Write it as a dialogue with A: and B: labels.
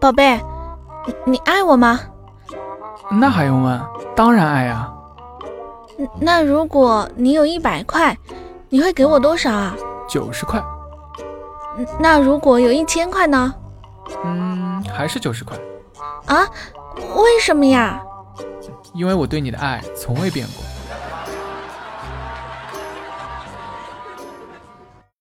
A: 宝贝，你你爱我吗？
B: 那还用问？当然爱啊呀、
A: 嗯那如果你有一百块，你会给我多少啊？
B: 九十块，
A: 嗯那如果有一千块呢？
B: 嗯，还是九十块，
A: 啊，为什么呀？
B: 因为我对你的爱从未变过。